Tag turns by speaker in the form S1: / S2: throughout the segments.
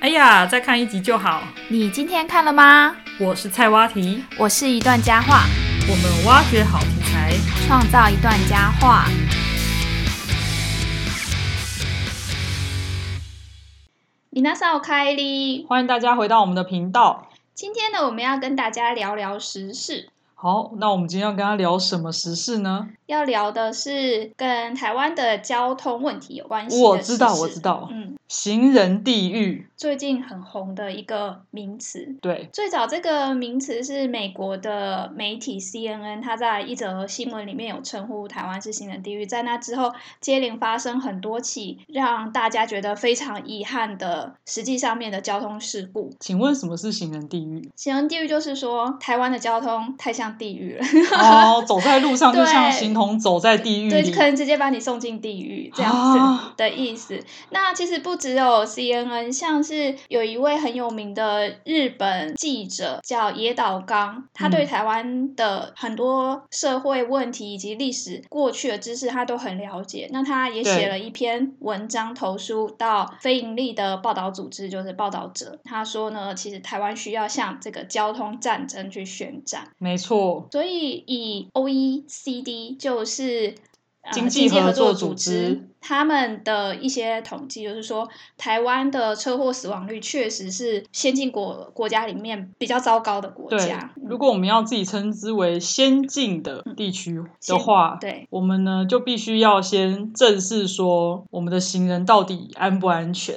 S1: 哎呀，再看一集就好。
S2: 你今天看了吗？
S1: 我是菜蛙题，
S2: 我是一段佳话，
S1: 我们挖掘好题材。
S2: 创造一段佳话。米娜桑开哩！
S1: 欢迎大家回到我们的频道。
S2: 今天呢，我们要跟大家聊聊时事，
S1: 好，那我们今天要跟他聊什么时事呢？
S2: 要聊的是跟台湾的交通问题有关系。
S1: 我知道，我知。道，
S2: 嗯，
S1: 行人地狱。
S2: 最近很红的一个名词，
S1: 对，
S2: 最早这个名词是美国的媒体 CNN，它在一则新闻里面有称呼台湾是行人地狱。在那之后，接连发生很多起让大家觉得非常遗憾的实际上面的交通事故。？
S1: 请问什么是行人地狱
S2: 行人地狱就是说，台湾的交通太像地狱了，
S1: 哦，走在路上就像
S2: 对
S1: 形同走在地狱
S2: 对，
S1: 里
S2: 可。能直接把你送进地狱这样
S1: 啊
S2: 子的意思。那其实不只有 CNN，像是有一位很有名的日本记者叫野岛刚，他对
S1: 嗯
S2: 台湾的很多社会问题以及历史过去的知识，他都很了解。那他也
S1: 对
S2: 写了一篇文章投书到非盈利的报道组织，就是报道者。他说呢，其实台湾需要向这个交通战争去宣战。
S1: 没错，
S2: 所以以 OECD 就是、呃、
S1: 经济
S2: 济
S1: 合作
S2: 作
S1: 组织
S2: 织他们的一些统计，就是说台湾的车祸死亡率确实是先进国国家里面比较糟糕的国
S1: 对
S2: 家。。嗯
S1: 如果我们要自己称之为先进的地区的
S2: 先
S1: 话，
S2: 对
S1: 我们呢就必须要先正视说我们的行人到底安不安全。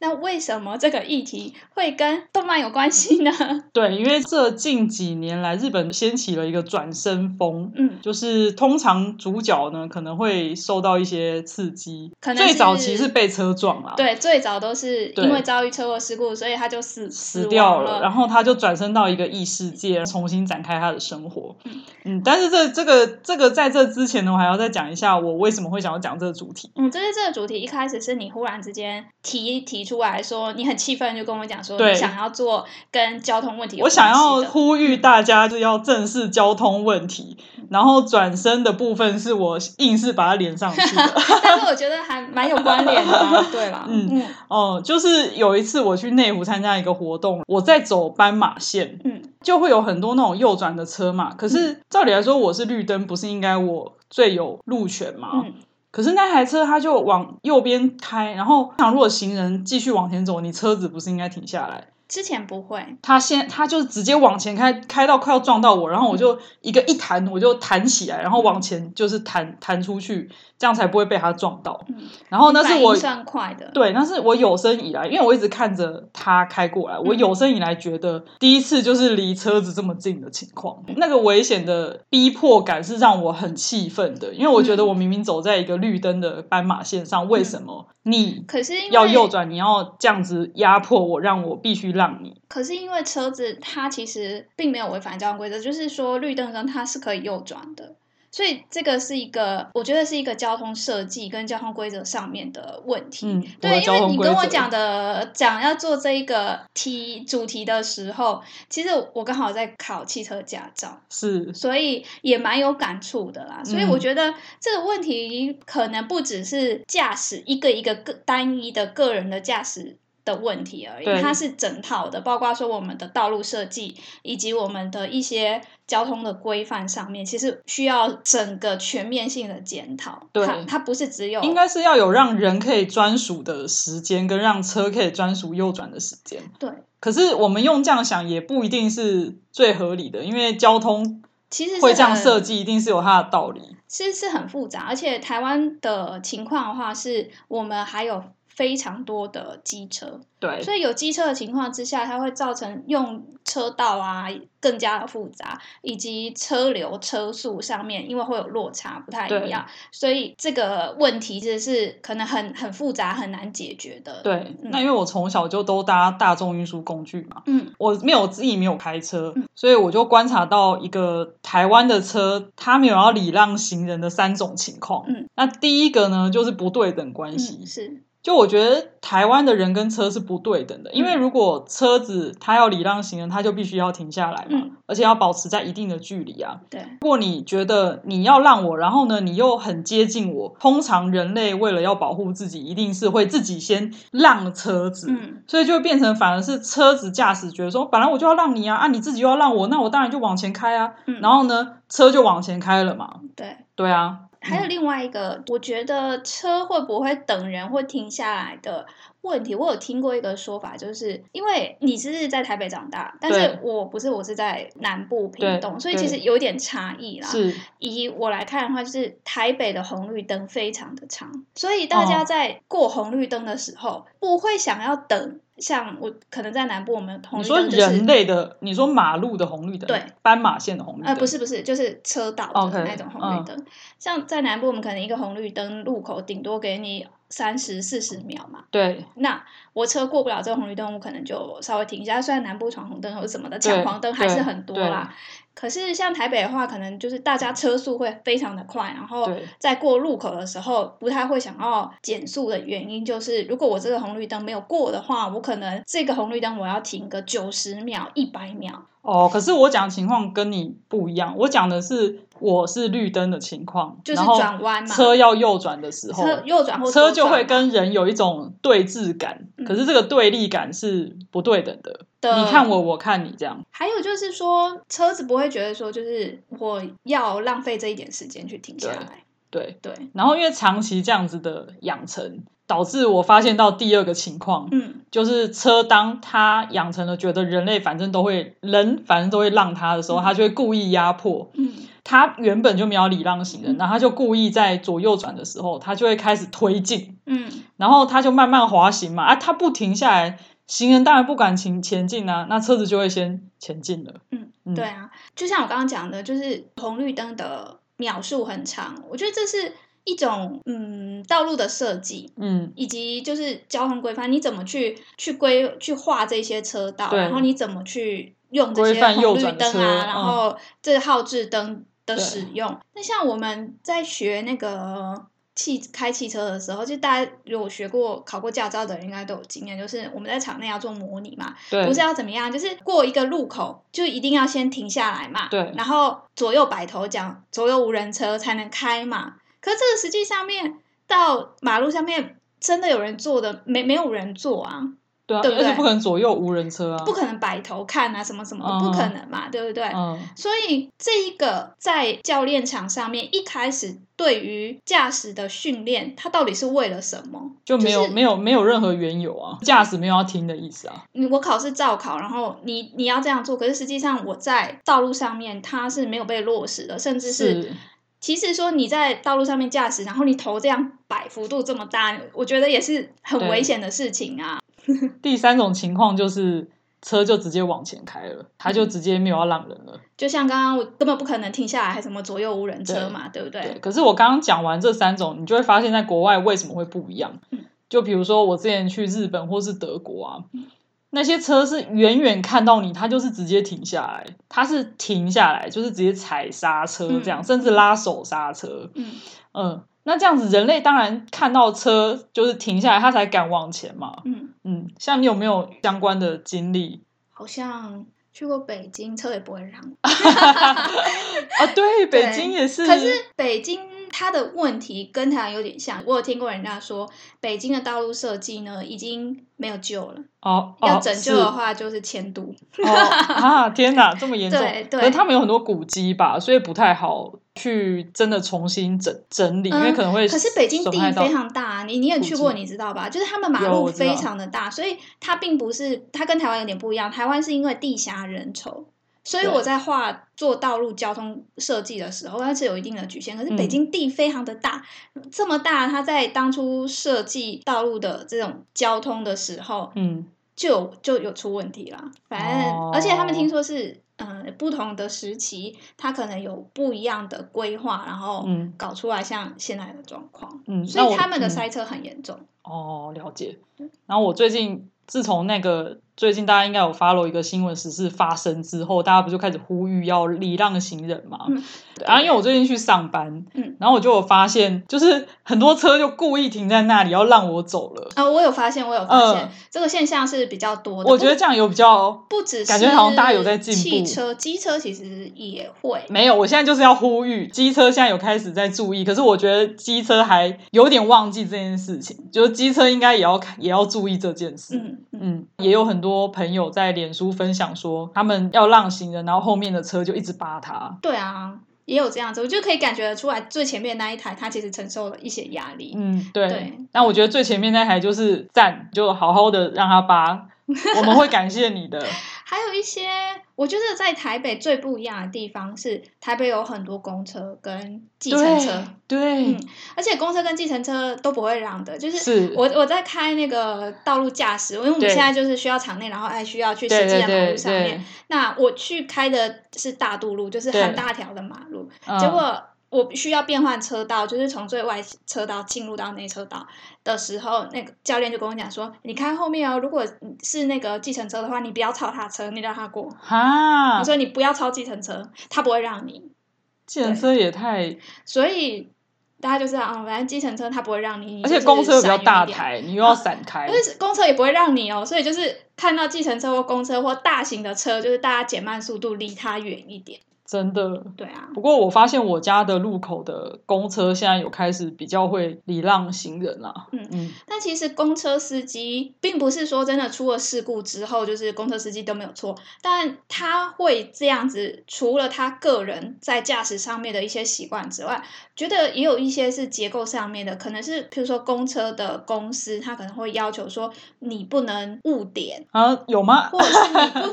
S2: 那为什么这个议题会跟动漫有关系呢？
S1: 对，因为这近几年来，日本掀起了一个转身风。
S2: 嗯，
S1: 就是通常主角呢可能会受到一些刺激，
S2: 可能
S1: 最早
S2: 是
S1: 期是被车撞啦，，
S2: 对，最早都是
S1: 对
S2: 因为遭遇车祸事故，所以他就死
S1: 死掉
S2: 了。
S1: 了，然后他就转身到一个异世界，重新展开他的生活
S2: 嗯。
S1: 嗯，但是这这个这个在这之前呢，我还要再讲一下我为什么会想要讲这个主题。
S2: 嗯，就是这个主题一开始是你忽然之间提提出来说，你很气愤，就跟我讲说
S1: 对
S2: 你想要做跟交通问题有
S1: 我想要
S2: 关系的
S1: 呼吁大家，就是要正视交通问题，
S2: 嗯
S1: 然后转身的部分是我硬是把它连上去的。
S2: 但是我觉得还蛮有关联的 啊、对啦，
S1: 嗯
S2: 嗯
S1: 哦、就是有一次我去内湖参加一个活动，我在走斑马线，
S2: 嗯，
S1: 就会有很多那种右转的车嘛。可是照理来说，我是绿灯，不是应该我最有路权嘛？
S2: 嗯
S1: 可是那台车它就往右边开，然后我想如果行人继续往前走，你车子不是应该停下来？
S2: 之前不会，
S1: 他先，他就直接往前开，开到快要撞到我，然后我
S2: 嗯
S1: 就一个一弹，我就弹起来，然后往前就是弹弹出去，这样才不会被他撞到。
S2: 嗯，
S1: 然哦后那是
S2: 反
S1: 我
S2: 应算快的，
S1: 对，那是我有生以来，因为我一直看着他开过来，
S2: 嗯
S1: 我有生以来觉得第一次就是离车子这么近的情况，那个危险的逼迫感是让我很气愤的，因为我觉
S2: 嗯
S1: 得我明明走在一个绿灯的斑马线上，为什么你
S2: 可嗯是因为
S1: 要右转，你要这样子压迫我，让我必须让你？
S2: 可是因为车子它其实并没有违反交通规则，就是说绿灯灯它是可以右转的，所以这个是一个我觉得是一个交通设计跟交通规则上面的问题。
S1: 嗯我的
S2: 对，因
S1: 交
S2: 为
S1: 通
S2: 你
S1: 规
S2: 跟我
S1: 则
S2: 讲的讲要做这一个题主题的时候，其实我刚好在考汽车驾照，
S1: 是
S2: 所以也蛮有感触的
S1: 嗯
S2: 啦。所以我觉得这个问题可能不只是驾驶一个一个个单一的个人的驾驶。的问题而已
S1: 对，
S2: 它是整套的，包括说我们的道路设计以及我们的一些交通的规范上面，其实需要整个全面性的检讨。
S1: 对
S2: 它它不是只有
S1: 应该是要有让人可以专属的时间，跟让车可以专属右转的时间。
S2: 对，
S1: 可是我们用这样想也不一定是最合理的，因为交通
S2: 其实是
S1: 会这样
S2: 很
S1: 设计，一定是有它的道理。
S2: 其实是很复杂，而且台湾的情况的话，是我们还有非常多的机车，
S1: 对，
S2: 所以有机车的情况之下，它会造成用车道啊更加的复杂，以及车流车速上面，因为会有落差不太一样，所以这个问题其实是可能很很复杂很难解决的。，
S1: 对，
S2: 嗯
S1: 那因为我从小就都搭大众运输工具嘛，
S2: 嗯
S1: 我没有自己没有开车，所以我就观察到一个台湾的车，它没有要礼让行人的三种情况。
S2: 嗯，
S1: 那第一个呢，就是不对等关系，
S2: 嗯是
S1: 就我觉得台湾的人跟车是不对等的，因
S2: 嗯
S1: 为如果车子它要礼让行人，它就必须要停下来嘛，
S2: 嗯
S1: 而且要保持在一定的距离啊。
S2: 对，
S1: 如果你觉得你要让我，然后呢，你又很接近我，通常人类为了要保护自己，一定是会自己先让车子，
S2: 嗯
S1: 所以就会变成反而是车子驾驶觉得说，本来我就要让你啊，啊你自己又要让我，那我当然就往前开啊，
S2: 嗯，
S1: 然后呢，车就往前开了嘛，
S2: 对。
S1: 对啊，
S2: 还有
S1: 嗯
S2: 另外一个，我觉得车会不会等人或停下来的问题，我有听过一个说法，就是因为你是在台北长大，但是
S1: 对
S2: 我不是，我是在南部
S1: 对
S2: 屏东，所以其
S1: 对
S2: 实有点差异啦。
S1: 是
S2: 以我来看的话，就是台北的红绿灯非常的长，所以大家
S1: 哦
S2: 在过红绿灯的时候，不会想要等。像我可能在南部，我们红
S1: 你
S2: 绿
S1: 说
S2: 灯就是
S1: 人类的，你说马路的红绿灯，
S2: 对，
S1: 斑马线的红绿灯，哦
S2: 呃，不是不是，就是车道的
S1: OK，
S2: 那种红绿灯。像在南部，我们可能一个红绿灯路口顶多给你三十四十秒嘛。
S1: 对
S2: 那我车过不了这个红绿灯，我可能就稍微停一下。虽然南部闯红灯或者什么的
S1: 对
S2: 抢黄灯还是
S1: 对
S2: 很多啦，可是像台北的话，可能就是大家车速会非常的快，然后
S1: 对
S2: 在过路口的时候不太会想要减速的原因，就是如果我这个红绿灯没有过的话，我可能这个红绿灯我要停个九十秒、一百秒。
S1: 哦，可是我讲的情况跟你不一样，我讲的是我是绿灯的情况，
S2: 就是
S1: 然后
S2: 转弯嘛
S1: 车要右转的时候，
S2: 车右转或
S1: 车
S2: 左
S1: 就
S2: 转
S1: 会
S2: 嘛
S1: 跟人有一种对峙感，
S2: 嗯
S1: 可是这个对立感是不对等的，
S2: 的
S1: 你看我，我看你这样，
S2: 还有就是说，车子不会觉得说，就是我要浪费这一点时间去停下来。
S1: 对。
S2: 对，
S1: 然后因为长期这样子的养成，导致我发现到第二个情况，
S2: 嗯，
S1: 就是车，当他养成了觉得人类反正都会人反正都会让他的时候，
S2: 嗯
S1: 他就会故意压迫。
S2: 嗯，
S1: 他原本就没有礼让行人，
S2: 嗯
S1: 然后他就故意在左右转的时候，他就会开始推进，
S2: 嗯，
S1: 然后他就慢慢滑行嘛。啊，他不停下来，行人当然不敢前前进啊，那车子就会先前进了。
S2: 嗯，对啊，就像我刚刚讲的，就是红绿灯的秒数很长，我觉得这是一种嗯道路的设计。
S1: 嗯，
S2: 以及就是交通规范，你怎么去去规去画这些车道，
S1: 对
S2: 然后你怎么去用这
S1: 规
S2: 些
S1: 范右
S2: 红绿
S1: 转
S2: 灯
S1: 车
S2: 啊，
S1: 嗯
S2: 然后这号志灯的
S1: 对
S2: 使用。那像我们在学那个汽开汽车的时候，就大家如果学过考过驾照的人应该都有经验，就是我们在场内要做模拟嘛，
S1: 对，
S2: 不是要怎么样，就是过一个路口就一定要先停下来嘛，
S1: 对
S2: 然后左右摆头讲左右无人车才能开嘛。可是这个实际上面到马路上面真的有人坐的，没没有人坐啊，
S1: 对啊，
S2: 对不
S1: 而且
S2: 对
S1: 不可能左右无人车啊，
S2: 不可能摆头看啊，什么什么
S1: 嗯
S2: 的，不可能嘛，对不对？
S1: 嗯，
S2: 所以这一个在教练场上面一开始对于驾驶的训练，它到底是为了什么？
S1: 就没有、
S2: 就是
S1: 没有没有任何缘由啊，驾驶没有要听的意思啊。
S2: 你我考试照考，然后你你要这样做，可是实际上我在道路上面它是没有被落实的，甚至是
S1: 是
S2: 其实说你在道路上面驾驶，然后你头这样摆幅度这么大，我觉得也是很
S1: 对
S2: 危险的事情啊。
S1: 第三种情况就是车就直接往前开了，他
S2: 嗯
S1: 就直接没有要让人了。
S2: 就像刚刚我根本不可能停下来，还什么左右无人车嘛，对不对？
S1: 对，可是我刚刚讲完这三种，你就会发现在国外为什么会不一样
S2: 嗯。
S1: 就比如说我之前去日本或是德国啊，那些车是远远看到你，它就是直接停下来，它是停下来就是直接踩刹车这样，
S2: 嗯
S1: 甚至拉手刹车。
S2: 嗯
S1: 嗯，那这样子人类当然看到车就是停下来，他才敢往前嘛。
S2: 嗯，
S1: 嗯，像你有没有相关的经历？
S2: 好像去过北京，车也不会让。
S1: 啊，对，北京也是。
S2: 可是北京它的问题跟台湾有点像，我有听过人家说，北京的道路设计呢已经没有救了，
S1: 哦，
S2: 要
S1: 哦
S2: 拯救
S1: 是
S2: 的话就是迁都。
S1: 哦啊，天哪，这么严重！
S2: 对对
S1: 可能他们有很多古迹吧，所以不太好去真的重新整整理，因为
S2: 嗯
S1: 可能会
S2: 可是北京
S1: 损
S2: 地
S1: 害到
S2: 非常大、啊，你你也去过，
S1: 附近
S2: 你知道吧？就是他们马
S1: 有
S2: 路
S1: 我知道
S2: 非常的大，所以它并不是它跟台湾有点不一样。台湾是因为地狭人稠，所以
S1: 对
S2: 我在画做道路交通设计的时候，它是有一定的局限。可是
S1: 嗯
S2: 北京地非常的大，这么大，它在当初设计道路的这种交通的时候，
S1: 嗯，
S2: 就有就有出问题啦。反正、
S1: 哦
S2: 而且他们听说是。呃，不同的时期，它可能有不一样的规划，然后
S1: 嗯
S2: 搞出来像现在的状况。
S1: 嗯
S2: 所
S1: 那
S2: 以
S1: 我
S2: 他们的
S1: 嗯
S2: 塞车很严重。
S1: 哦，了解。然后我最近自从那个最近大家应该有 follow 一个新闻时事发生之后，大家不就开始呼吁要礼让行人嘛？
S2: 嗯
S1: 对啊，因为我最近去上班，
S2: 嗯
S1: 然后我就有发现，就是很多车就故意停在那里要让我走了。
S2: 啊、我有发现，我有发现、
S1: 嗯
S2: 这个现象是比较多的。
S1: 我觉得这样有比较
S2: 不只是
S1: 感觉好像大家有在进步
S2: 汽车、机车其实也会。
S1: 没有，我现在就是要呼吁，机车现在有开始在注意，可是我觉得机车还有点忘记这件事情，就是机车应该也要看也要注意这件事。
S2: 嗯嗯，
S1: 嗯，也有很多朋友在脸书分享说，他们要让行人，然后后面的车就一直扒他。
S2: 对啊，也有这样子，我就可以感觉得出来，最前面那一台它其实承受了一些压力。
S1: 嗯，对。
S2: 对
S1: 那我觉得最前面那台就是站，就好好的让他扒，我们会感谢你的。
S2: 还有一些，我觉得在台北最不一样的地方是，台北有很多公车跟 计程车，
S1: 对，
S2: 嗯而且公车跟计程车都不会让的，就是我我在开那个道路驾驶，因为我们
S1: 对
S2: 现在就是需要场内，然后还需要去
S1: 对
S2: 实际
S1: 对
S2: 的马
S1: 对
S2: 路上
S1: 对
S2: 面。，那我去开的是大渡路，就是
S1: 对
S2: 很大条的马路，
S1: 嗯
S2: 结果我需要变换车道，就是从最外车道进入到内车道的时候，那个教练就跟我讲说：“你开后面哦，如果是那个计程车的话，你不要超他车，你让他过。
S1: 嗯哈
S2: 我，说：“你不要超计程车，他不会让你。
S1: 计程车也太，”
S2: 所以大家就知道，嗯，反正计程车他不会让你，
S1: 而
S2: 你
S1: 且
S2: 就是
S1: 公车比较
S2: 闪远一
S1: 大
S2: 点。
S1: 台，你又要闪开
S2: 因。为公车也不会让你哦，所以就是看到计程车或公车或大型的车，就是大家减慢速度，离它远一点。
S1: 真的。
S2: 对啊，
S1: 不过我发现我家的路口的公车现在有开始比较会礼让行人啦、
S2: 嗯
S1: 嗯，
S2: 但其实公车司机并不是说真的出了事故之后，就是公车司机都没有错，但他会这样子，除了他个人在驾驶上面的一些习惯之外，觉得也有一些是结构上面的，可能是譬如说公车的公司，他可能会要求说你不能误点，
S1: 啊，有吗？
S2: 或者是你不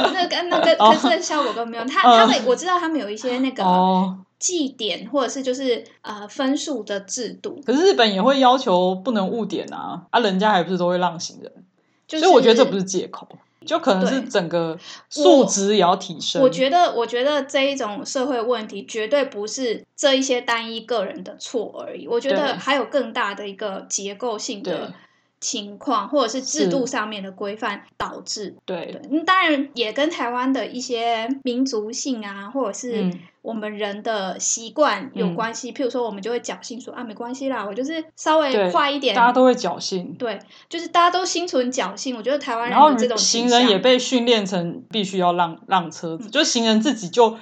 S2: 能那个那个
S1: 哦
S2: 跟这个效果都没有。他
S1: 嗯
S2: 他们我知道他们有一些那个
S1: 哦，
S2: 绩点或者是就是呃分数的制度，
S1: 可是日本也会要求不能误点啊，啊，人家还不是都会让行人，
S2: 就是
S1: 所以我觉得这不是借口，就可能是
S2: 对
S1: 整个素质也要提升。
S2: 我觉得，我觉得这一种社会问题绝对不是这一些单一个人的错而已。我觉
S1: 对
S2: 得还有更大的一个结构性
S1: 对
S2: 的情况，或者是制
S1: 是
S2: 度上面的规范导致。对
S1: 对，，
S2: 嗯当然也跟台湾的一些民族性啊，或者是
S1: 嗯
S2: 我们人的习惯有
S1: 嗯
S2: 关系。譬如说，我们就会侥幸说啊，没关系啦，我就是稍
S1: 对
S2: 微快一点。
S1: 大家都会侥幸，
S2: 对，就是大家都心存侥幸。我觉得台湾人
S1: 然后
S2: 有这种倾
S1: 行人
S2: 向嗯
S1: 也被训练成必须要让让车子，就行人自己就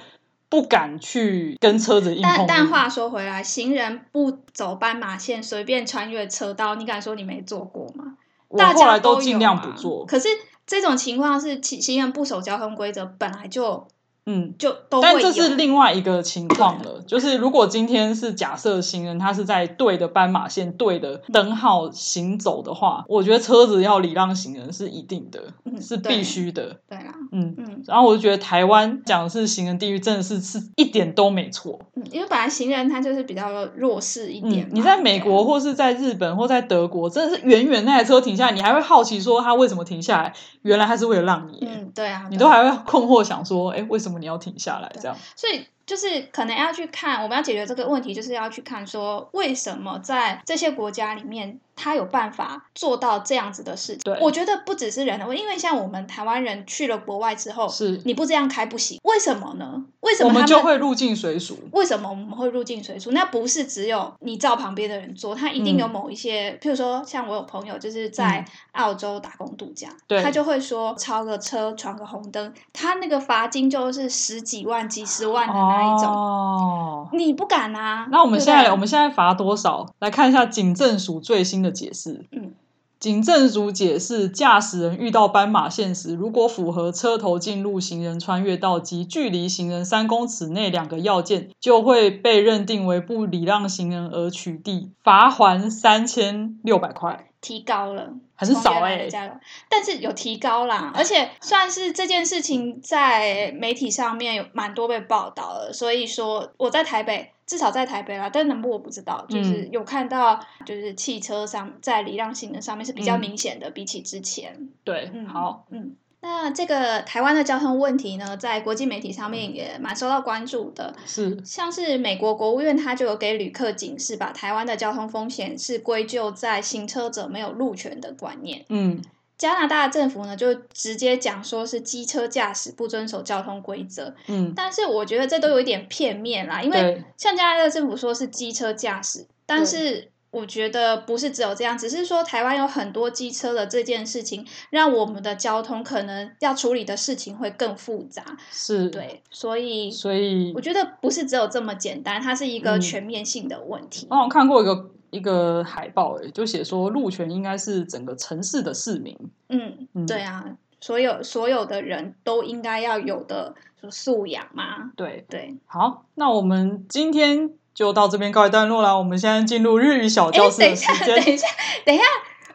S1: 不敢去跟车子硬碰
S2: 但
S1: 硬。
S2: 但话说回来，行人不走斑马线，随便穿越车道，你敢说你没做过吗？
S1: 我
S2: 大
S1: 后
S2: 家
S1: 来
S2: 都有
S1: 尽量不
S2: 啊
S1: 做。
S2: 可是这种情况是行行人不守交通规则，本来就
S1: 嗯，
S2: 就都
S1: 但
S2: 会
S1: 这
S2: 有。
S1: 是另外一个情况了，就是如果今天是假设行人他是在对的斑马线、对的灯号行走的话，我觉得车子要礼让行人是一定的，
S2: 嗯
S1: 是
S2: 对
S1: 必须的。
S2: 对啦，
S1: 嗯，
S2: 嗯
S1: 然后我就觉得台湾讲的是行人地狱，真的是是一点都没错。
S2: 嗯，因为本来行人他就是比较弱势一点
S1: 嗯
S2: 嘛、，
S1: 你在美国
S2: 对啊
S1: 或是在日本或在德国，真的是远远那台车停下来，你还会好奇说他为什么停下来？原来他是为了让你，欸
S2: 嗯，对啊，
S1: 你
S2: 对
S1: 都
S2: 啊
S1: 还会困惑想说，哎，为什么你要停下来？这样。
S2: 所以就是可能要去看，我们要解决这个问题，就是要去看说为什么在这些国家里面，他有办法做到这样子的事情。
S1: 对
S2: 我觉得不只是人的问题，因为像我们台湾人去了国外之后，
S1: 是
S2: 你不这样开不行，为什么呢？为哦什么
S1: 我
S2: 他
S1: 们就会入境水俗。
S2: 为什么我们会入境水族？那不是只有你照旁边的人做，他一定有
S1: 嗯
S2: 某一些，譬如说像我有朋友就是在
S1: 嗯
S2: 澳洲打工度假，
S1: 对
S2: 他就会说超个车闯个红灯，他那个罚金就是十几万、几十万的那一种，
S1: 哦，
S2: 你不敢啊？
S1: 那我们
S2: 对不
S1: 现在
S2: 对
S1: 我们现在罚多少？来看一下警政署最新的解释。
S2: 嗯。
S1: 警政署解释，驾驶人遇到斑马线时，如果符合车头进入行人穿越道及距离行人三公尺内两个要件，就会被认定为不礼让行人而取缔，罚还三千六百块。
S2: 提高了，
S1: 很少
S2: 从原来
S1: 欸
S2: 的价格但是有提高啦，而且算是这件事情在媒体上面有蛮多被报道了，所以说我在台北，至少在台北啦，但南部我不知道，
S1: 嗯
S2: 就是有看到就是汽车上在礼让行人上面是比较
S1: 嗯
S2: 明显的，比起之前，
S1: 对，
S2: 嗯，
S1: 好，，
S2: 嗯。那这个台湾的交通问题呢，在国际媒体上面也蛮受到关注的。
S1: 是
S2: 像是美国国务院，它就有给旅客警示，把台湾的交通风险是归咎在行车者没有路权的观念。
S1: 嗯，
S2: 加拿大政府呢，就直接讲说是机车驾驶不遵守交通规则，
S1: 嗯，
S2: 但是我觉得这都有一点片面啦，因为
S1: 对，
S2: 像加拿大政府说是机车驾驶，但是我觉得不是只有这样，只是说台湾有很多机车的这件事情，让我们的交通可能要处理的事情会更复杂。
S1: 是，，
S2: 对，所以
S1: 所以
S2: 我觉得不是只有这么简单，它是一个
S1: 嗯哦
S2: 全面性的问题。
S1: 我好像看过一个一个海报、欸，就写说路权应该是整个城市的市民。
S2: 嗯，
S1: 嗯
S2: 对啊，所有所有的人都应该要有的素养嘛。
S1: 对，
S2: 对，
S1: 好，那我们今天就到这边告一段落啦。我们现在进入日语小
S2: 哎
S1: 教，室
S2: 等一
S1: 的
S2: 下，
S1: 时
S2: 等
S1: 间。
S2: 一下，等一下，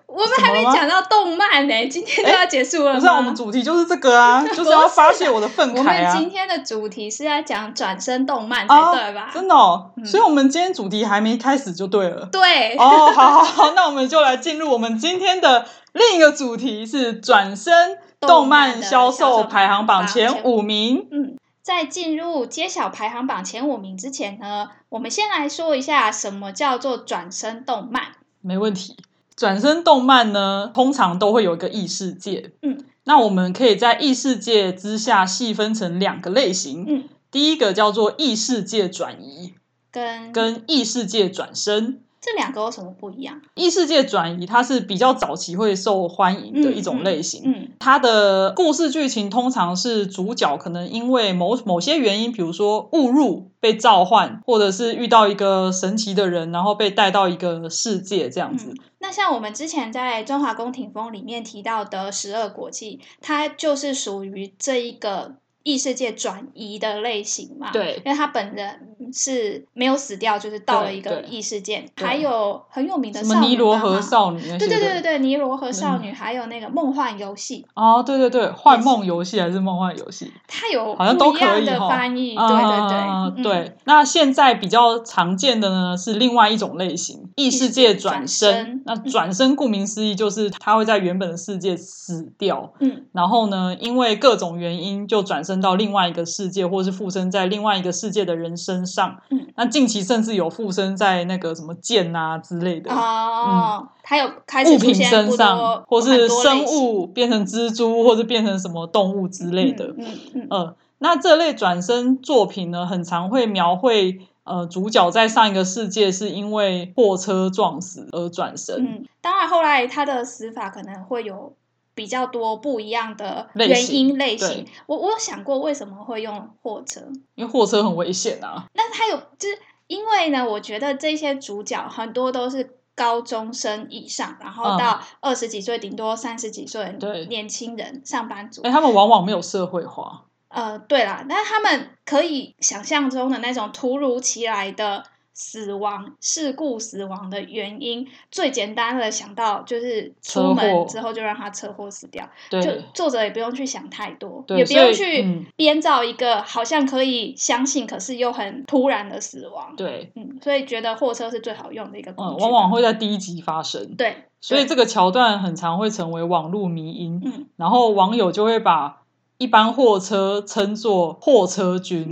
S2: 我们
S1: 怎
S2: 还
S1: 么
S2: 没
S1: 了吗
S2: 讲到动漫呢、今天就要结束了
S1: 不
S2: 吗？
S1: 是、啊，我们主题就是这个 啊，就是要发泄我的愤
S2: 我
S1: 慨
S2: 们
S1: 啊
S2: 今。天的主题是在讲转身动漫才
S1: 啊
S2: 对吧？
S1: 真的、哦，
S2: 嗯
S1: 所以我们今天主题还没开始就对 了。
S2: 对，
S1: 哦，好好好，那我们就来进入我们今天的另一个主题是转身动
S2: 动漫
S1: 漫
S2: 的
S1: 销
S2: 销售
S1: 售排行榜
S2: 榜
S1: 前
S2: 前
S1: 五名。
S2: 在进入揭晓排行榜前五名之前呢，我们先来说一下什么叫做转身动漫。
S1: 没问题。转身动漫呢，通常都会有一个异世界。
S2: 嗯，
S1: 那我们可以在异世界之下细分成两个类型。
S2: 嗯，
S1: 第一个叫做异世界转移，
S2: 跟
S1: 跟异世界转身。
S2: 这两个有什么不一样？
S1: 异世界转移它是比较早期会受欢迎的
S2: 嗯
S1: 一种类型。
S2: 嗯
S1: 它的故事剧情通常是主角可能因为某某些原因，比如说误入、被召唤，或者是遇到一个神奇的人，然后被带到一个世界这样子。
S2: 嗯，那像我们之前在《中华宫廷风》里面提到的十二国际，它就是属于这一个异世界转移的类型嘛。。
S1: 对，
S2: 因为他本人是没有死掉，就是到了
S1: 对
S2: 一个
S1: 对
S2: 异世界，
S1: 对
S2: 还有很有名的
S1: 什么
S2: 少
S1: 尼
S2: 女
S1: 罗
S2: 妈
S1: 河
S2: 妈，
S1: 少女那些的，
S2: 对对对对对，尼罗河少
S1: 嗯
S2: 女，还有那个梦幻游戏，
S1: 哦，对对对，幻梦游戏还是梦幻游戏？
S2: 它有
S1: 好像都
S2: 不一
S1: 可
S2: 样
S1: 以
S2: 的
S1: 哈
S2: 翻译，对对对，
S1: 啊
S2: 嗯
S1: 对。那现在比较常见的呢是另外一种类型，异世界转
S2: 转身嗯
S1: 身。那转身顾名思义就是他会在原本的世界死掉，
S2: 嗯，
S1: 然后呢，因为各种原因就转身到另外一个世界，或是附身在另外一个世界的人身上。
S2: 嗯，
S1: 那近期甚至有附身在那个什么剑啊之类的。
S2: 哦，它有开始
S1: 嗯物
S2: 出
S1: 品
S2: 现
S1: 身
S2: 不
S1: 上
S2: 多，
S1: 或
S2: 很
S1: 是
S2: 多
S1: 生
S2: 类型
S1: 物变成蜘蛛，或是变成什么动物之类的。
S2: 嗯嗯嗯，
S1: 呃，那这类转身作品呢，很常会描绘呃主角在上一个世界是因为货车撞死而转身。
S2: 嗯，当然后来他的死法可能会有比较多不一样的
S1: 类
S2: 原
S1: 型
S2: 因类
S1: 对
S2: 型。我我有想过为什么会用货车，
S1: 因为货车很危险啊。
S2: 那他有就是因为呢，我觉得这些主角很多都是。高中生以上，然后
S1: 嗯
S2: 到二十几岁，顶多三十几岁
S1: 对
S2: 的年轻人、上班族
S1: 哎、，他们往往没有社会化，
S2: 呃，对啦，那他们可以想象中的那种突如其来的死亡、事故死亡的原因，最简单的想到就是
S1: 车
S2: 出门
S1: 祸
S2: 之后就让他车祸死掉，就
S1: 对
S2: 作者也不用去想太多，
S1: 对
S2: 也不用
S1: 所以嗯
S2: 去编造一个好像可以相信，可是又很突然的死亡。
S1: 对，
S2: 嗯，所以觉得货车是最好用的一个工
S1: 嗯，
S2: 具。
S1: 往往会在第一集发生。
S2: 对，
S1: 所以
S2: 对
S1: 这个桥段很常会成为网络迷因，
S2: 嗯
S1: 然后网友就会把一般货车称作货车军，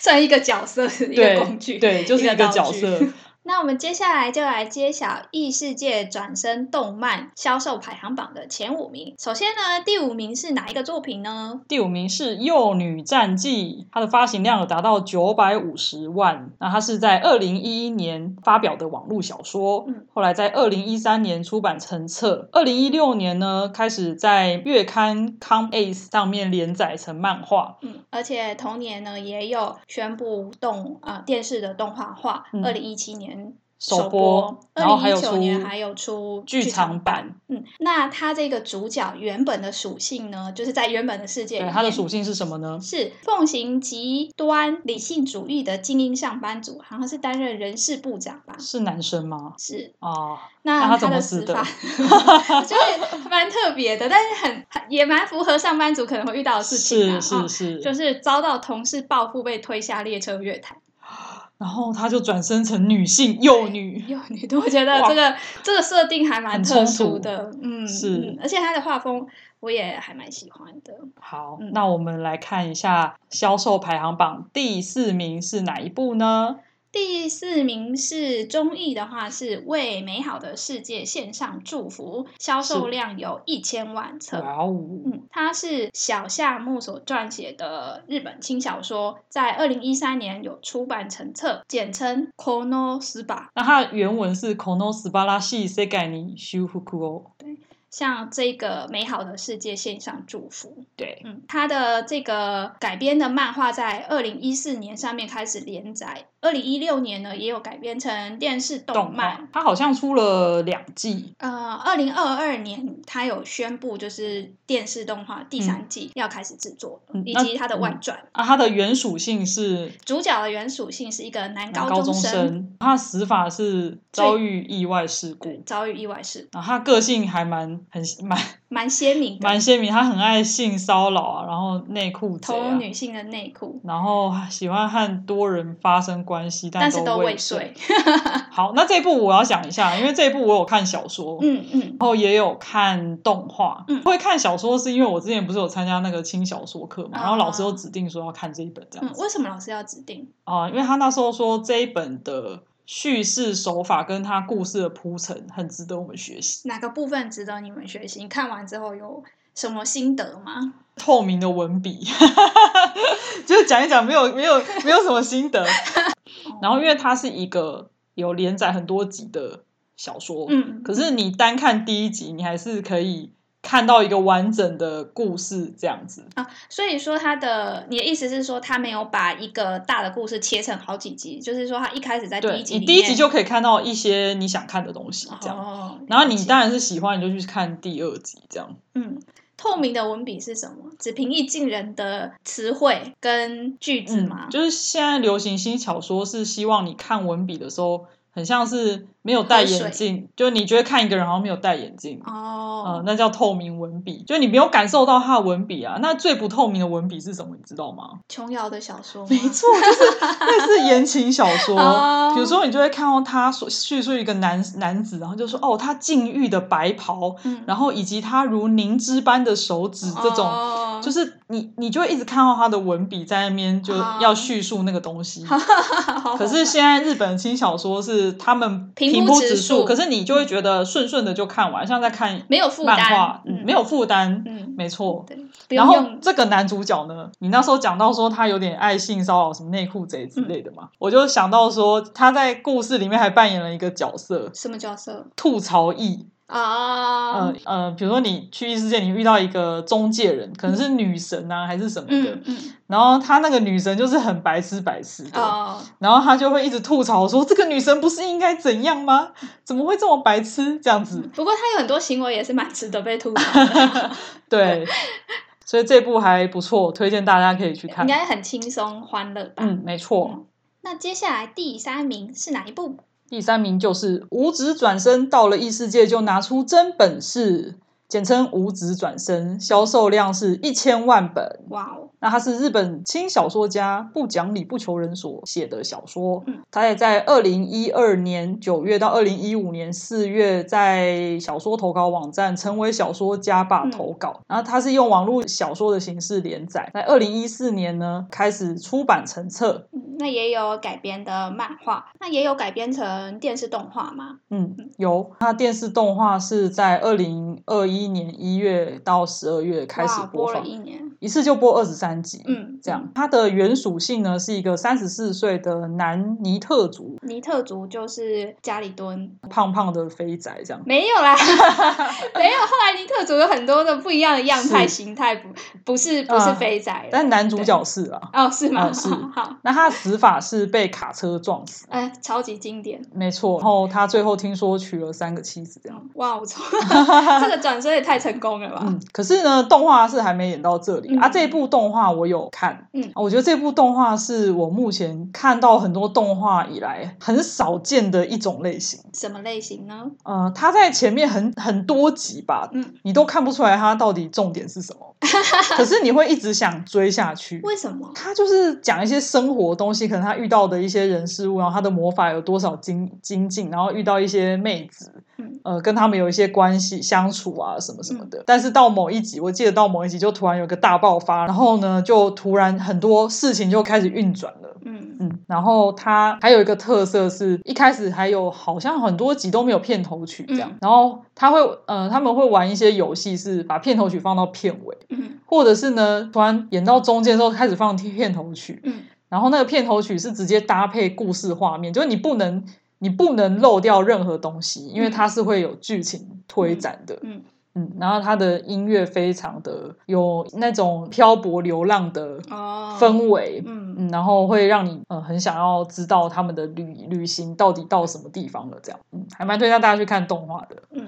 S2: 算一个角色，一
S1: 对
S2: 个工具。
S1: 对，就是一
S2: 一个
S1: 个
S2: 道
S1: 角
S2: 具
S1: 色。
S2: 那我们接下来就来揭晓异世界转身动漫销售排行榜的前五名。首先呢，第五名是哪一个作品呢？
S1: 第五名是《幼女战记》，它的发行量有达到九百五十万。那它是在二零一一年发表的网络小说
S2: 嗯，
S1: 后来在二零一三年出版成册。二零一六年呢，开始在月刊《Com Ace》上面连载成漫画。
S2: 嗯，而且同年呢也有宣布动啊、呃电视的动画化，
S1: 嗯
S2: 二零一七年。
S1: 首
S2: 播
S1: 播，然后还有
S2: 二零一九
S1: 出
S2: 年还有出
S1: 剧场版，
S2: 嗯，那它这个主角原本的属性呢，就是在原本的世界里
S1: 对
S2: 面，
S1: 它的属性是什么呢？
S2: 是奉行极端理性主义的精英上班族，好像是担任人事部长吧？
S1: 是男生吗？
S2: 是，
S1: 啊，那
S2: 那
S1: 他
S2: 他
S1: 怎么
S2: 的
S1: 死
S2: 死
S1: 的
S2: 法 就是蛮特别的，但是很很也蛮符合上班族可能会遇到的事情啊
S1: 是是是，
S2: 就是遭到同事报复被推下列车月台。
S1: 然后他就转身成女性幼女，
S2: 有女的，我觉得这个这个设定还蛮
S1: 很
S2: 特
S1: 冲
S2: 殊
S1: 突
S2: 的，嗯，
S1: 是
S2: 嗯而且他的画风我也还蛮喜欢的。
S1: 好
S2: 嗯，
S1: 那我们来看一下销售排行榜第四名是哪一部呢？
S2: 第四名是中译的话是《为美好的世界献上祝福》，销售量有一千万册。
S1: 哇哦，
S2: 嗯，它是小夏目所撰写的日本轻小说，在二零一三年有出版成册，简称 “Konosba”。
S1: 那它的原文是 “kono s b a r a s h i s e g a ni shufuku o”。
S2: 向这个美好的世界献上祝福。
S1: 对，
S2: 嗯，他的这个改编的漫画在二零一四年上面开始连载，二零一六年呢也有改编成电视动
S1: 动
S2: 漫。
S1: 漫，它好像出了两季，
S2: 呃，二零二二年他有宣布，就是电视动画第三季要开始制作了，
S1: 嗯
S2: 以
S1: 那
S2: 及它的外传。
S1: 啊，它的原属性是
S2: 主角的原属性是一个男
S1: 高
S2: 中
S1: 生，他的死法是遭遇意外事故，
S2: 遭遇意外事，
S1: 然后他个性还蛮很 蛮
S2: 蛮鲜明的，
S1: 蛮鲜明，他很爱性骚扰啊，然后内裤贼
S2: 投
S1: 啊嗯
S2: 入女性的内裤，
S1: 然后喜欢和多人发生关系，
S2: 但是
S1: 都
S2: 都
S1: 未
S2: 未遂。。
S1: 好，那这一部我要讲一下，因为这一部我有看小说，
S2: 嗯嗯
S1: 然后也有看动画。
S2: 嗯
S1: 会看小说是因为我之前不是有参加那个轻小说课嘛，
S2: 啊
S1: 然后老师又指定说要看这一本这样
S2: 嗯，
S1: 子
S2: 为什么老师要指定？
S1: 啊、因为他那时候说这一本的叙事手法跟他故事的铺陈很值得我们学习。
S2: 哪个部分值得你们学习？你看完之后有什么心得吗？
S1: 透明的文笔， 就是讲一讲，没有没有没有什么心得。
S2: 哦
S1: 然后因为它是一个有连载很多集的小说，
S2: 嗯，
S1: 可是你单看第一集，你还是可以看到一个完整的故事这样子。
S2: 所以说他的你的意思是说，他没有把一个大的故事切成好几集，就是说他一开始在第
S1: 对
S2: 一集
S1: 你
S2: 里
S1: 第一
S2: 面
S1: 集就可以看到一些你想看的东西，这样。
S2: 哦，
S1: 然后
S2: 了
S1: 你
S2: 解
S1: 当然是喜欢，你就去看第二集这样。
S2: 嗯，透明的文笔是什么？只平易近人的词汇跟句子吗？
S1: 嗯就是现在流行新小说是希望你看文笔的时候，很像是没有戴
S2: 喝水
S1: 眼镜，就你觉得看一个人好像没有戴眼镜。呃
S2: 哦，，
S1: 那叫透明文笔，就你没有感受到他的文笔啊。那最不透明的文笔是什么？你知道吗？
S2: 琼瑶的小说 吗，
S1: 没错，就是那是言情小说
S2: 哦。
S1: 比如说，你就会看到他所叙述一个男男子，然后就说哦，他禁欲的白袍，
S2: 嗯，
S1: 然后以及他如凝脂般的手指这种。
S2: 哦
S1: 就是你，你就会一直看到他的文笔在那边，就
S2: 哦
S1: 要叙述那个东 西。
S2: 好
S1: 可是现在日本轻小说是他们
S2: 平
S1: 评
S2: 铺
S1: 估
S2: 直
S1: 指
S2: 述
S1: 数，可是你就会觉得顺顺的就看完，像在看
S2: 没有负
S1: 漫
S2: 担
S1: 画，，嗯没有负担，
S2: 嗯，
S1: 没错。
S2: 对，不
S1: 然
S2: 用
S1: 后
S2: 用
S1: 这个男主角呢，你那时候讲到说他有点爱性骚扰什么内裤贼之类的嘛，
S2: 嗯
S1: 我就想到说他在故事里面还扮演了一个角色
S2: 什么角色
S1: 吐槽役，
S2: 啊
S1: 呃？呃，比如说你去异世界，你遇到一个中介人，可能是女神啊还是什么的，
S2: 嗯嗯
S1: 然后他那个女神就是很白痴白痴的，
S2: 哦，
S1: 然后他就会一直吐槽说：“这个女神不是应该怎样吗？怎么会这么白痴？”这样子，
S2: 嗯不过他有很多行为也是蛮值得被吐槽 的，
S1: 对，
S2: 嗯
S1: 所以这部还不错，推荐大家可以去看
S2: 应。该很轻松欢乐吧？
S1: 嗯，没错。
S2: 那接下来第三名是哪一部？
S1: 第三名就是五指转身到了异世界就拿出真本事，简称五指转身，销售量是一千万本。
S2: 哇哦，
S1: 那他是日本轻小说家不讲理不求人所写的小说
S2: 嗯，
S1: 他也在二零一二年九月到二零一五年四月在小说投稿网站成为小说家吧
S2: 嗯
S1: 投稿，然后他是用网络小说的形式连载，在二零一四年呢开始出版成册，
S2: 嗯那也有改编的漫画，那也有改编成电视动画吗？
S1: 嗯，有他电视动画是在二零二一年一月到十二月开始
S2: 哇
S1: 播
S2: 播
S1: 放
S2: 了，一年，
S1: 一次就播二十三集，
S2: 嗯，
S1: 这样，它的原属性呢是一个三十四岁的男尼特族，
S2: 嗯尼特族就是家里蹲，
S1: 胖胖的肥宅这样。
S2: 没有 啦，没有。后来尼特族有很多的不一样的样态
S1: 是
S2: 形态，不不是不是
S1: 啊
S2: 肥宅了、
S1: 但男主角是啦，
S2: 对哦是吗？
S1: 啊是
S2: 好，
S1: 那他的死法是被卡车撞死，
S2: 哎，超级经典。
S1: 没错。然后他最后听说娶了三个妻子这样。
S2: 哇，我操，这个转身也太成功了吧！
S1: 嗯，可是呢，动画是还没演到这里、
S2: 嗯
S1: 啊。这部动画我有看，啊
S2: 嗯
S1: 我觉得这部动画是我目前看到很多动画以来很少见的一种类型。
S2: 什么类型呢？
S1: 呃，它在前面很很多集吧，
S2: 嗯
S1: 你都看不出来它到底重点是什 么，可是你会一直想追下去。
S2: 为什么？
S1: 他就是讲一些生活东西，可能他遇到的一些人事物，然后他的魔法有多少精精进，然后遇到一些妹子，
S2: 嗯
S1: 呃，跟他们有一些关系相处啊，什么什么的。但是到某一集，我记得到某一集就突然有个大爆发，然后呢，就突然很多事情就开始运转了。
S2: 嗯
S1: 嗯，然后它还有一个特色是，一开始还有好像很多集都没有片头曲这样，
S2: 嗯
S1: 然后他会呃他们会玩一些游戏，是把片头曲放到片尾，
S2: 嗯
S1: 或者是呢突然演到中间之后开始放片头曲，
S2: 嗯
S1: 然后那个片头曲是直接搭配故事画面，就是你不能你不能漏掉任何东西，因为它是会有剧情推展的。
S2: 嗯
S1: 嗯，然后它的音乐非常的有那种漂泊流浪的
S2: 哦，
S1: 氛围，
S2: 嗯
S1: 嗯，然后会让你呃很想要知道他们的旅旅行到底到什么地方了，这样，嗯，还蛮推荐大家去看动画的。
S2: 嗯，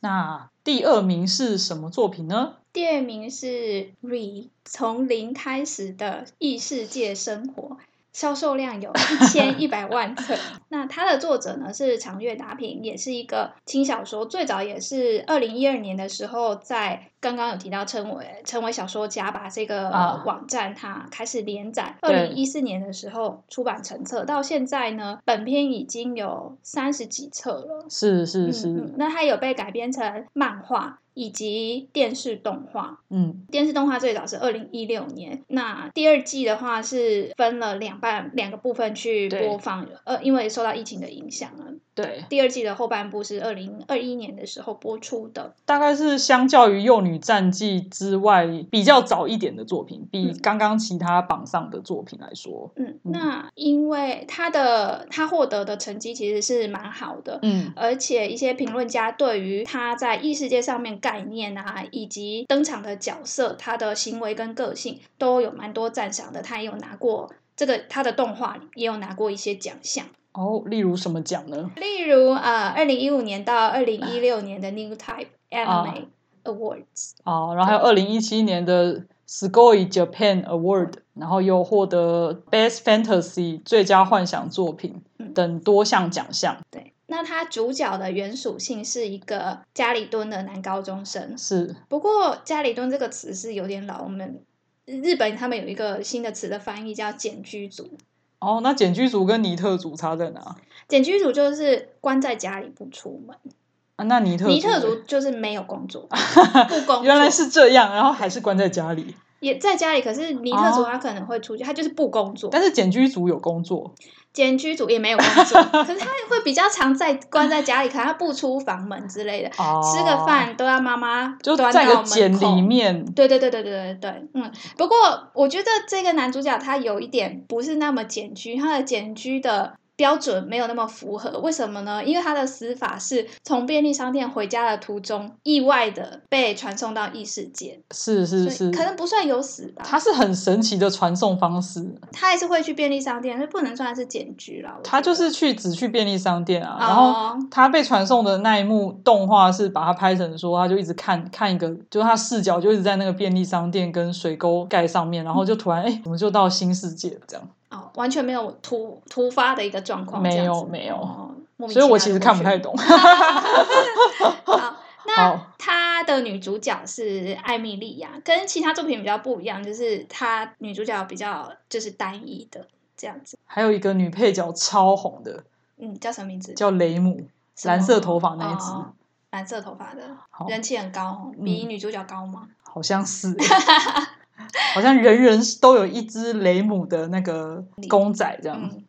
S1: 那第二名是什么作品呢？
S2: 第二名是 Re 从零开始的异世界生活。销售量有一千一 百万册。那它的作者呢是长月达平，也是一个轻小说，最早也是二零一二年的时候，在刚刚有提到成为成为小说家吧这个
S1: 啊
S2: 网站，它开始连载。二
S1: 对
S2: 零一四年的时候出版成册，到现在呢，本片已经有三十几册了。
S1: 是是
S2: 嗯
S1: 是，
S2: 嗯，那它有被改编成漫画以及电视动画。
S1: 嗯
S2: 电视动画最早是二零一六年，那第二季的话是分了两半两个部分去
S1: 对
S2: 播放，呃，因为受到疫情的影响啊，
S1: 对，
S2: 第二季的后半部是二零二一年的时候播出的。
S1: 大概是相较于《幼女战记》之外比较早一点的作品，比
S2: 嗯
S1: 刚刚其他榜上的作品来说，
S2: 嗯，
S1: 嗯
S2: 那因为他的他获得的成绩其实是蛮好的，
S1: 嗯，
S2: 而且一些评论家对于他在异世界上面概念啊，以及登场的角色、他的行为跟个性都有蛮多赞赏的。他也有拿过这个他的动画也有拿过一些奖项，
S1: 哦，例如什么奖呢？
S2: 例如呃，二零一五年到二零一六年的 New Type
S1: 哦
S2: Anime Awards，、
S1: 啊，然后还有二零一七年的 Score Japan Award，然后又获得 Best Fantasy 最佳幻想作品
S2: 嗯
S1: 等多项奖项。
S2: 对。那他主角的原属性是一个家里蹲的男高中生，
S1: 是
S2: 不过“家里蹲”这个词是有点老，我们日本他们有一个新的词的翻译叫“简居族”。
S1: 哦，那简居组跟尼特组差在哪？
S2: 简居族就是关在家里不出 门，
S1: 啊，那尼特
S2: 尼特
S1: 嘞
S2: 族就是没有 工作，不工作。
S1: 原来是这样，然后还是关在家里。
S2: 也在家里，可是尼特族
S1: 哦
S2: 他可能会出去，他就是不工作。
S1: 但是简居组有工作
S2: 简居族也没有工 作，可是他会比较常在关在家里，可能他不出房门之类的，
S1: 哦，
S2: 吃个饭都要妈妈
S1: 就
S2: 端
S1: 在一
S2: 到
S1: 个简
S2: 门口。
S1: 里面。
S2: 对对对对对对对，嗯，不过我觉得这个男主角他有一点不是那么简居，他的简居的标准没有那么符合，为什么呢？因为他的死法是从便利商店回家的途中意外的被传送到异世界，
S1: 是是
S2: 所
S1: 是，
S2: 以可能不算有死吧，
S1: 它是很神奇的传送方式，
S2: 他还是会去便利商店，所以不能算是简居啦。我觉
S1: 他就
S2: 得
S1: 是去只去便利商店啊，然后
S2: 哦，
S1: 他被传送的那一幕动画是把它拍成说，他就一直看看一个，就是他视角就一直在那个便利商店跟水沟盖上面，然后就突
S2: 嗯
S1: 然哎、诶怎么就到新世界了这样？
S2: 哦，完全没有突突发的一个状况，
S1: 没
S2: 这样
S1: 有
S2: 子
S1: 没有
S2: 哦莫名
S1: 所以我
S2: 其
S1: 其
S2: 妙
S1: 实
S2: 就
S1: 看不
S2: 过去
S1: 太
S2: 了
S1: 懂。
S2: 好，
S1: 好
S2: 那她的女主角是艾米莉亚，跟其他作品比较不一样，就是她女主角比较就是单一的这样子。
S1: 还有一个女配角超红的，
S2: 嗯，叫什么名字？
S1: 叫雷姆，
S2: 什么
S1: 蓝色头发那一只，
S2: 哦蓝色头发的，
S1: 好，嗯
S2: 人气很高哦，比女主角高吗？
S1: 好像是 欸，好像人人都有一只雷姆的那个公仔这样。
S2: 嗯，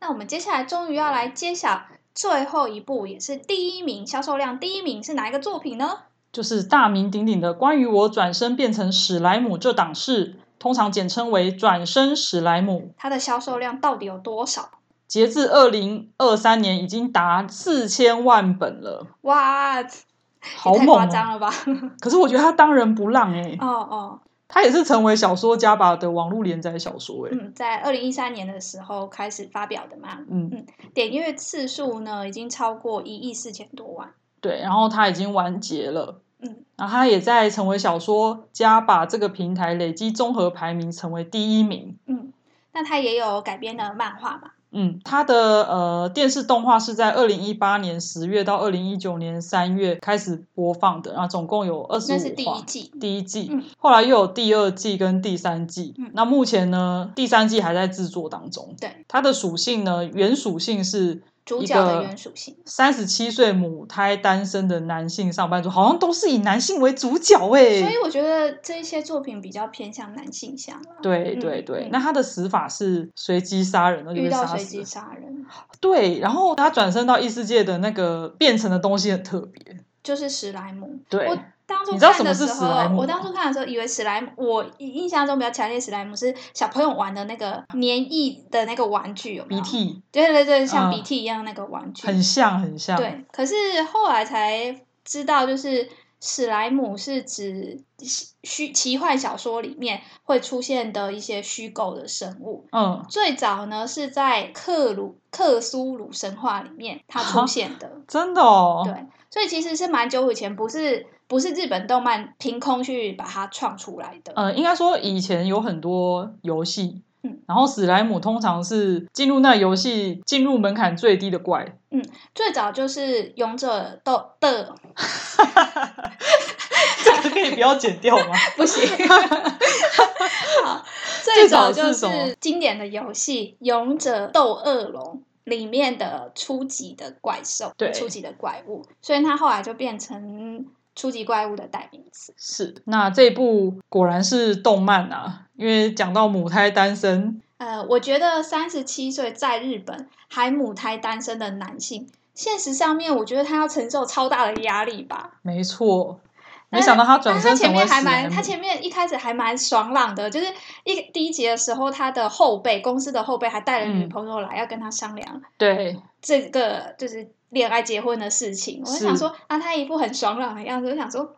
S2: 那我们接下来终于要来揭晓最后一部，也是第一名销售量第一名是哪一个作品呢？
S1: 就是大名鼎鼎的关于我转身变成史莱姆这档事，通常简称为转身史莱姆。
S2: 它的销售量到底有多少？
S1: 截至二零二三年，已经达四千万本 了，
S2: 哇，也
S1: 好
S2: 太
S1: 猛、
S2: 夸
S1: 啊！
S2: 张了吧！
S1: 可是我觉得他当仁不让哎、
S2: 哦哦，
S1: 他也是成为小说家吧的网络连载小说哎、
S2: 嗯，在二零一三年的时候开始发表的嘛，
S1: 嗯，
S2: 点阅次数呢已经超过一亿四千多万。
S1: 对，然后他已经完结了。
S2: 嗯，
S1: 然后他也在成为小说家把这个平台累积综合排名成为第一名。
S2: 嗯，那它也有改编的漫画嘛？
S1: 嗯，它的呃电视动画是在二零一八年十月到二零一九年三月开始播放的，然后总共有二十
S2: 那是
S1: 五
S2: 第一
S1: 话。
S2: 季。
S1: 第一季，
S2: 嗯
S1: 后来又有第二季跟第三季。
S2: 嗯
S1: 那目前呢，第三季还在制作当中。
S2: 对，
S1: 它的属性呢，原属性是
S2: 主角的原属性。
S1: 三十七岁母胎单身的男性上班族，好像都是以男性为主角哎、
S2: 所以我觉得这些作品比较偏向男性向啦。
S1: 对
S2: 嗯
S1: 对对，
S2: 嗯
S1: 那他的死法是随机杀人，那就
S2: 遇
S1: 被
S2: 到
S1: 杀
S2: 随
S1: 死
S2: 机
S1: 了。
S2: 杀人，
S1: 对，然后他转身到异世界的那个变成的东西很特别。
S2: 就是史莱姆。
S1: 对
S2: 我当初
S1: 你知道
S2: 看的
S1: 什
S2: 时
S1: 么是史莱
S2: 候，
S1: 姆吗
S2: 我当初看的时候以为史莱姆，我印象中比较强烈，史莱姆是小朋友玩的那个粘液的那个玩具，有没
S1: 鼻
S2: 有？
S1: 涕
S2: 对对对，像
S1: 嗯
S2: 鼻涕一样那个玩具，
S1: 很像很像，
S2: 对，可是后来才知道，就是史莱姆是指虚奇幻小说里面会出现的一些虚构的生物。
S1: 嗯，
S2: 最早呢是在克鲁克苏鲁神话里面它出现的，
S1: 真的啊哦。
S2: 对，所以其实是蛮久以前，不是不是日本动漫凭空去把它创出来的，
S1: 呃，应该说以前有很多游戏，
S2: 嗯
S1: 然后史莱姆通常是进入那游戏进入门槛最低的怪，
S2: 最早就是勇者斗的，
S1: 这个可以不要剪掉吗？
S2: 不行。好，最早
S1: 最早
S2: 就
S1: 是什么
S2: 是经典的游戏《勇者斗恶龙》里面的初级的怪兽，
S1: 对
S2: 初级的怪物，所以它后来就变成初级怪物的代名词。
S1: 是，那这部果然是动漫啊，因为讲到母胎单身，
S2: 呃，我觉得三十七岁在日本还母胎单身的男性，现实上面我觉得他要承受超大的压力吧。
S1: 没错，没
S2: 但是
S1: 想到他
S2: 嗯哎但
S1: 转
S2: 是
S1: 身
S2: 他前
S1: 成为
S2: 面还
S1: 史
S2: 蛮，
S1: 莱
S2: 他
S1: 姆，
S2: 前面一开始还蛮爽朗的，就是一第一集的时候，他的后辈公司的后辈还带了女
S1: 嗯
S2: 朋友来，要跟他商量
S1: 对，
S2: 这个就是恋爱结婚的事情。我就是想说，啊，他一副很爽朗的样子，我想说，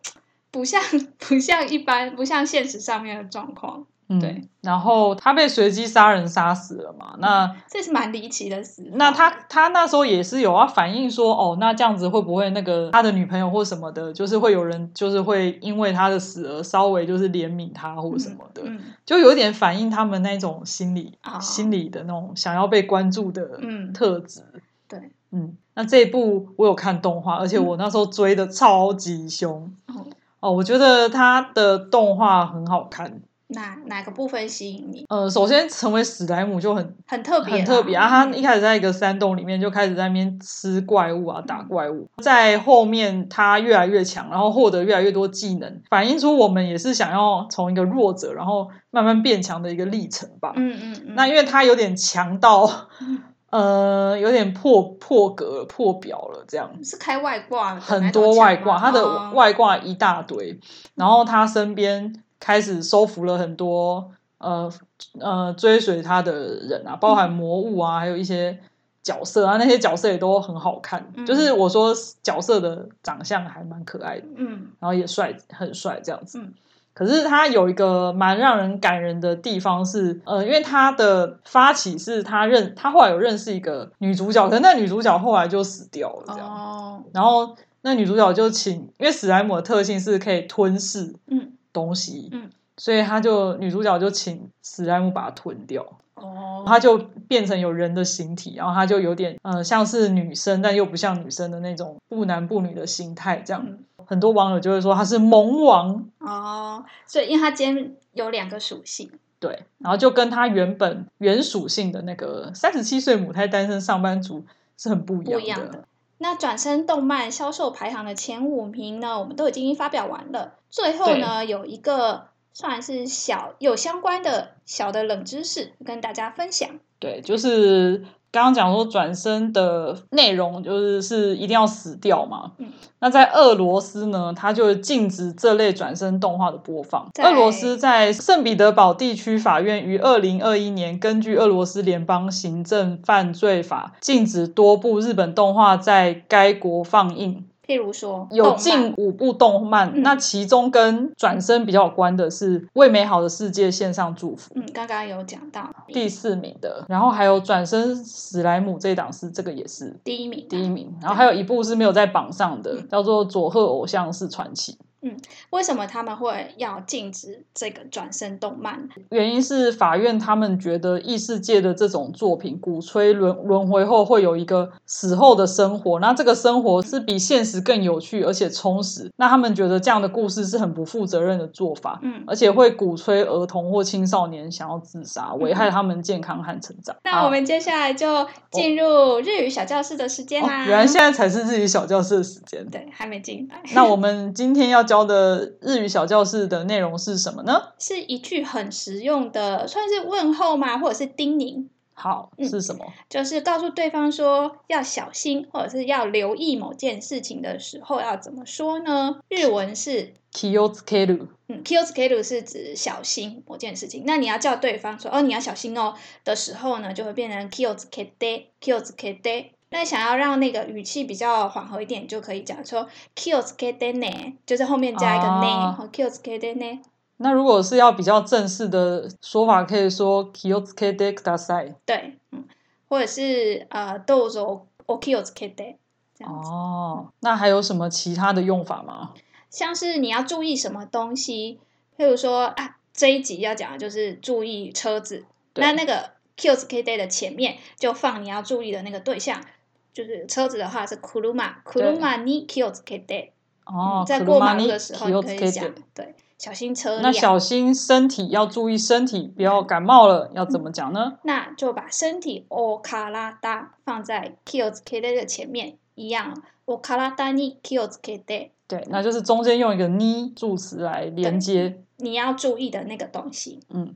S2: 不像 不像一般，不像现实上面的状况，
S1: 嗯
S2: 对，
S1: 然后他被随机杀人杀死了嘛，那。
S2: 这是蛮离奇的死法。
S1: 那他他那时候也是有要反映说，哦，那这样子会不会那个他的女朋友或什么的，就是会有人就是会因为他的死而稍微就是怜悯他或什么的，
S2: 嗯
S1: 就有点反映他们那种心理、
S2: 哦
S1: 心理的那种想要被关注的
S2: 嗯
S1: 特质。
S2: 对，嗯
S1: 嗯，那这一部我有看动画，而且我那时候追的超级凶、
S2: 哦
S1: 哦，我觉得他的动画很好看。
S2: 哪哪个部分吸引你？
S1: 呃，首先成为史莱姆就很
S2: 很特别啦，
S1: 很特别啊！他一
S2: 嗯
S1: 开始在一个山洞里面就开始在那边吃怪物啊，打怪物。在后面他越来越强，然后获得越来越多技能，反映出我们也是想要从一个弱者，然后慢慢变强的一个历程吧。
S2: 嗯嗯嗯，
S1: 那因为他有点强到
S2: 嗯，
S1: 呃，有点破破格破表了，这样
S2: 是开外挂的那种枪吗，
S1: 很多外挂，他
S2: 哦嗯
S1: 的外挂一大堆，然后他身边开始收服了很多呃呃追随他的人啊，包
S2: 嗯
S1: 含魔物啊，还有一些角色啊，那些角色也都很好看，
S2: 嗯
S1: 就是我说角色的长相还蛮可爱的，
S2: 嗯
S1: 然后也帅，很帅这样子。
S2: 嗯
S1: 可是他有一个蛮让人感人的地方是，呃，因为他的发起是他认他后来有认识一个女主角，可是那女主角后来就死掉了，这样。
S2: 哦
S1: 然后那女主角就请，因为史莱姆的特性是可以吞噬
S2: 嗯
S1: 东西，
S2: 嗯
S1: 所以他就女主角就请史莱姆把它吞掉，
S2: 哦，
S1: 它就变成有人的形体，然后它就有点呃像是女生，但又不像女生的那种不男不女的心态，这样、
S2: 嗯
S1: 很多网友就会说他是萌王，
S2: 哦，所以因为它今天有两个属性，
S1: 对，然后就跟他原本原属性的那个三十七岁母胎单身上班族是很不一
S2: 不
S1: 样
S2: 一样的。那转身动漫销售排行的前五名呢，我们都已经发表完了。最后呢，有一个算是小有相关的小的冷知识跟大家分享。
S1: 对，就是刚刚讲说转身的内容，就是是一定要死掉嘛。
S2: 嗯
S1: 那在俄罗斯呢，它就禁止这类转身动画的播放。
S2: 在
S1: 俄罗斯在圣彼得堡地区法院于二零二一年根据俄罗斯联邦行政犯罪法，禁止多部日本动画在该国放映。
S2: 譬如说，
S1: 有
S2: 动漫
S1: 近五部动漫，
S2: 嗯
S1: 那其中跟转身比较有关的是《为美好的世界献上祝福》。
S2: 嗯，刚刚有讲到
S1: 第四名的，然后还有转身史莱姆这一档是这个也是
S2: 第一名，嗯
S1: 第一名，然后还有一部是没有在榜上的，叫做《佐贺偶像是传奇》。
S2: 为什么他们会要禁止这个转身动漫？
S1: 原因是法院他们觉得异世界的这种作品鼓吹轮轮回后会有一个死后的生活，那这个生活是比现实更有趣而且充实。那他们觉得这样的故事是很不负责任的做法，
S2: 嗯，
S1: 而且会鼓吹儿童或青少年想要自杀，危害他们健康和成长。
S2: 嗯那我们接下来就进入日语小教室的时间
S1: 好、哦
S2: 啦。
S1: 原来现在才是日语小教室的时间。
S2: 对，还没进来，
S1: 那我们今天要教的日语小教室的内容是什么呢？
S2: 是一句很实用的，算是问候吗？或者是叮咛，
S1: 好，
S2: 嗯
S1: 是什么？
S2: 就是告诉对方说要小心，或者是要留意某件事情的时候要怎么说呢？日文是
S1: k i o s k e r u
S2: 嗯 k i o s k e r u 是指小心某件事情。那你要叫对方说哦，你要小心哦的时候呢，就会变成 k i o s k e d e k i o s k e d e 那想要让那个语气比较缓和一点，你就可以讲说 k i o s k e d e ne，就是后面加一个
S1: 啊
S2: ne 和 k i o s k e d e ne。
S1: 那如果是要比较正式的说法，可以说 “kiosuke de k d a s a i
S2: 对，嗯，或者是呃豆肉 o k i o s k e d e 这样子。
S1: 哦，那还有什么其他的用法吗？
S2: 像是你要注意什么东西，譬如说啊，这一集要讲的就是注意车子，
S1: 对
S2: 那那个 Q S K Day 的前面就放你要注意的那个对象，就是车子的话是 kuruma，kuruma ni Q S K Day，、
S1: 哦，
S2: 嗯在过马
S1: kuruma ni
S2: 路的时候你可以
S1: kiosuke
S2: 讲
S1: de，
S2: 对，小心车
S1: 那
S2: 辆，
S1: 小心身体，要注意身体，不要感冒了，要怎么讲呢？
S2: 那就把身体 o karada 放在 Q S K Day 的前面一样，o karada ni Q S K Day，
S1: 对，那就是中间用一个 ni 助词来连接。
S2: 你要注意的那个东西。
S1: 嗯，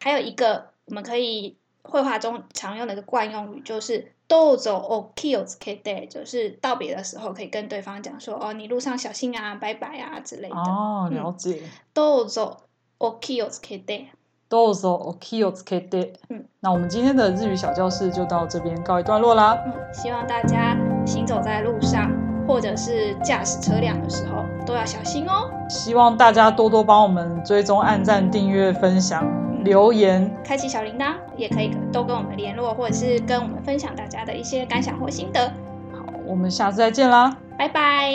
S2: 还有一个我们可以绘画中常用的一个惯用语就是“豆走 o k i o s k day”，就是道别的时候可以跟对方讲说：“哦，你路上小心啊，拜拜啊”之类的。
S1: 哦，
S2: 嗯
S1: 了解。
S2: “豆走 o k i o s k day”。
S1: どうぞお気をつけて。
S2: 嗯，
S1: 那我们今天的日语小教室就到这边告一段落啦。
S2: 嗯，希望大家行走在路上或者是驾驶车辆的时候都要小心哦。
S1: 希望大家多多帮我们追踪、按
S2: 嗯
S1: 赞、订阅、分享、留言。
S2: 开启小铃铛也可以都跟我们联络，或者是跟我们分享大家的一些感想或心得。
S1: 我们下次再见啦，
S2: 拜拜。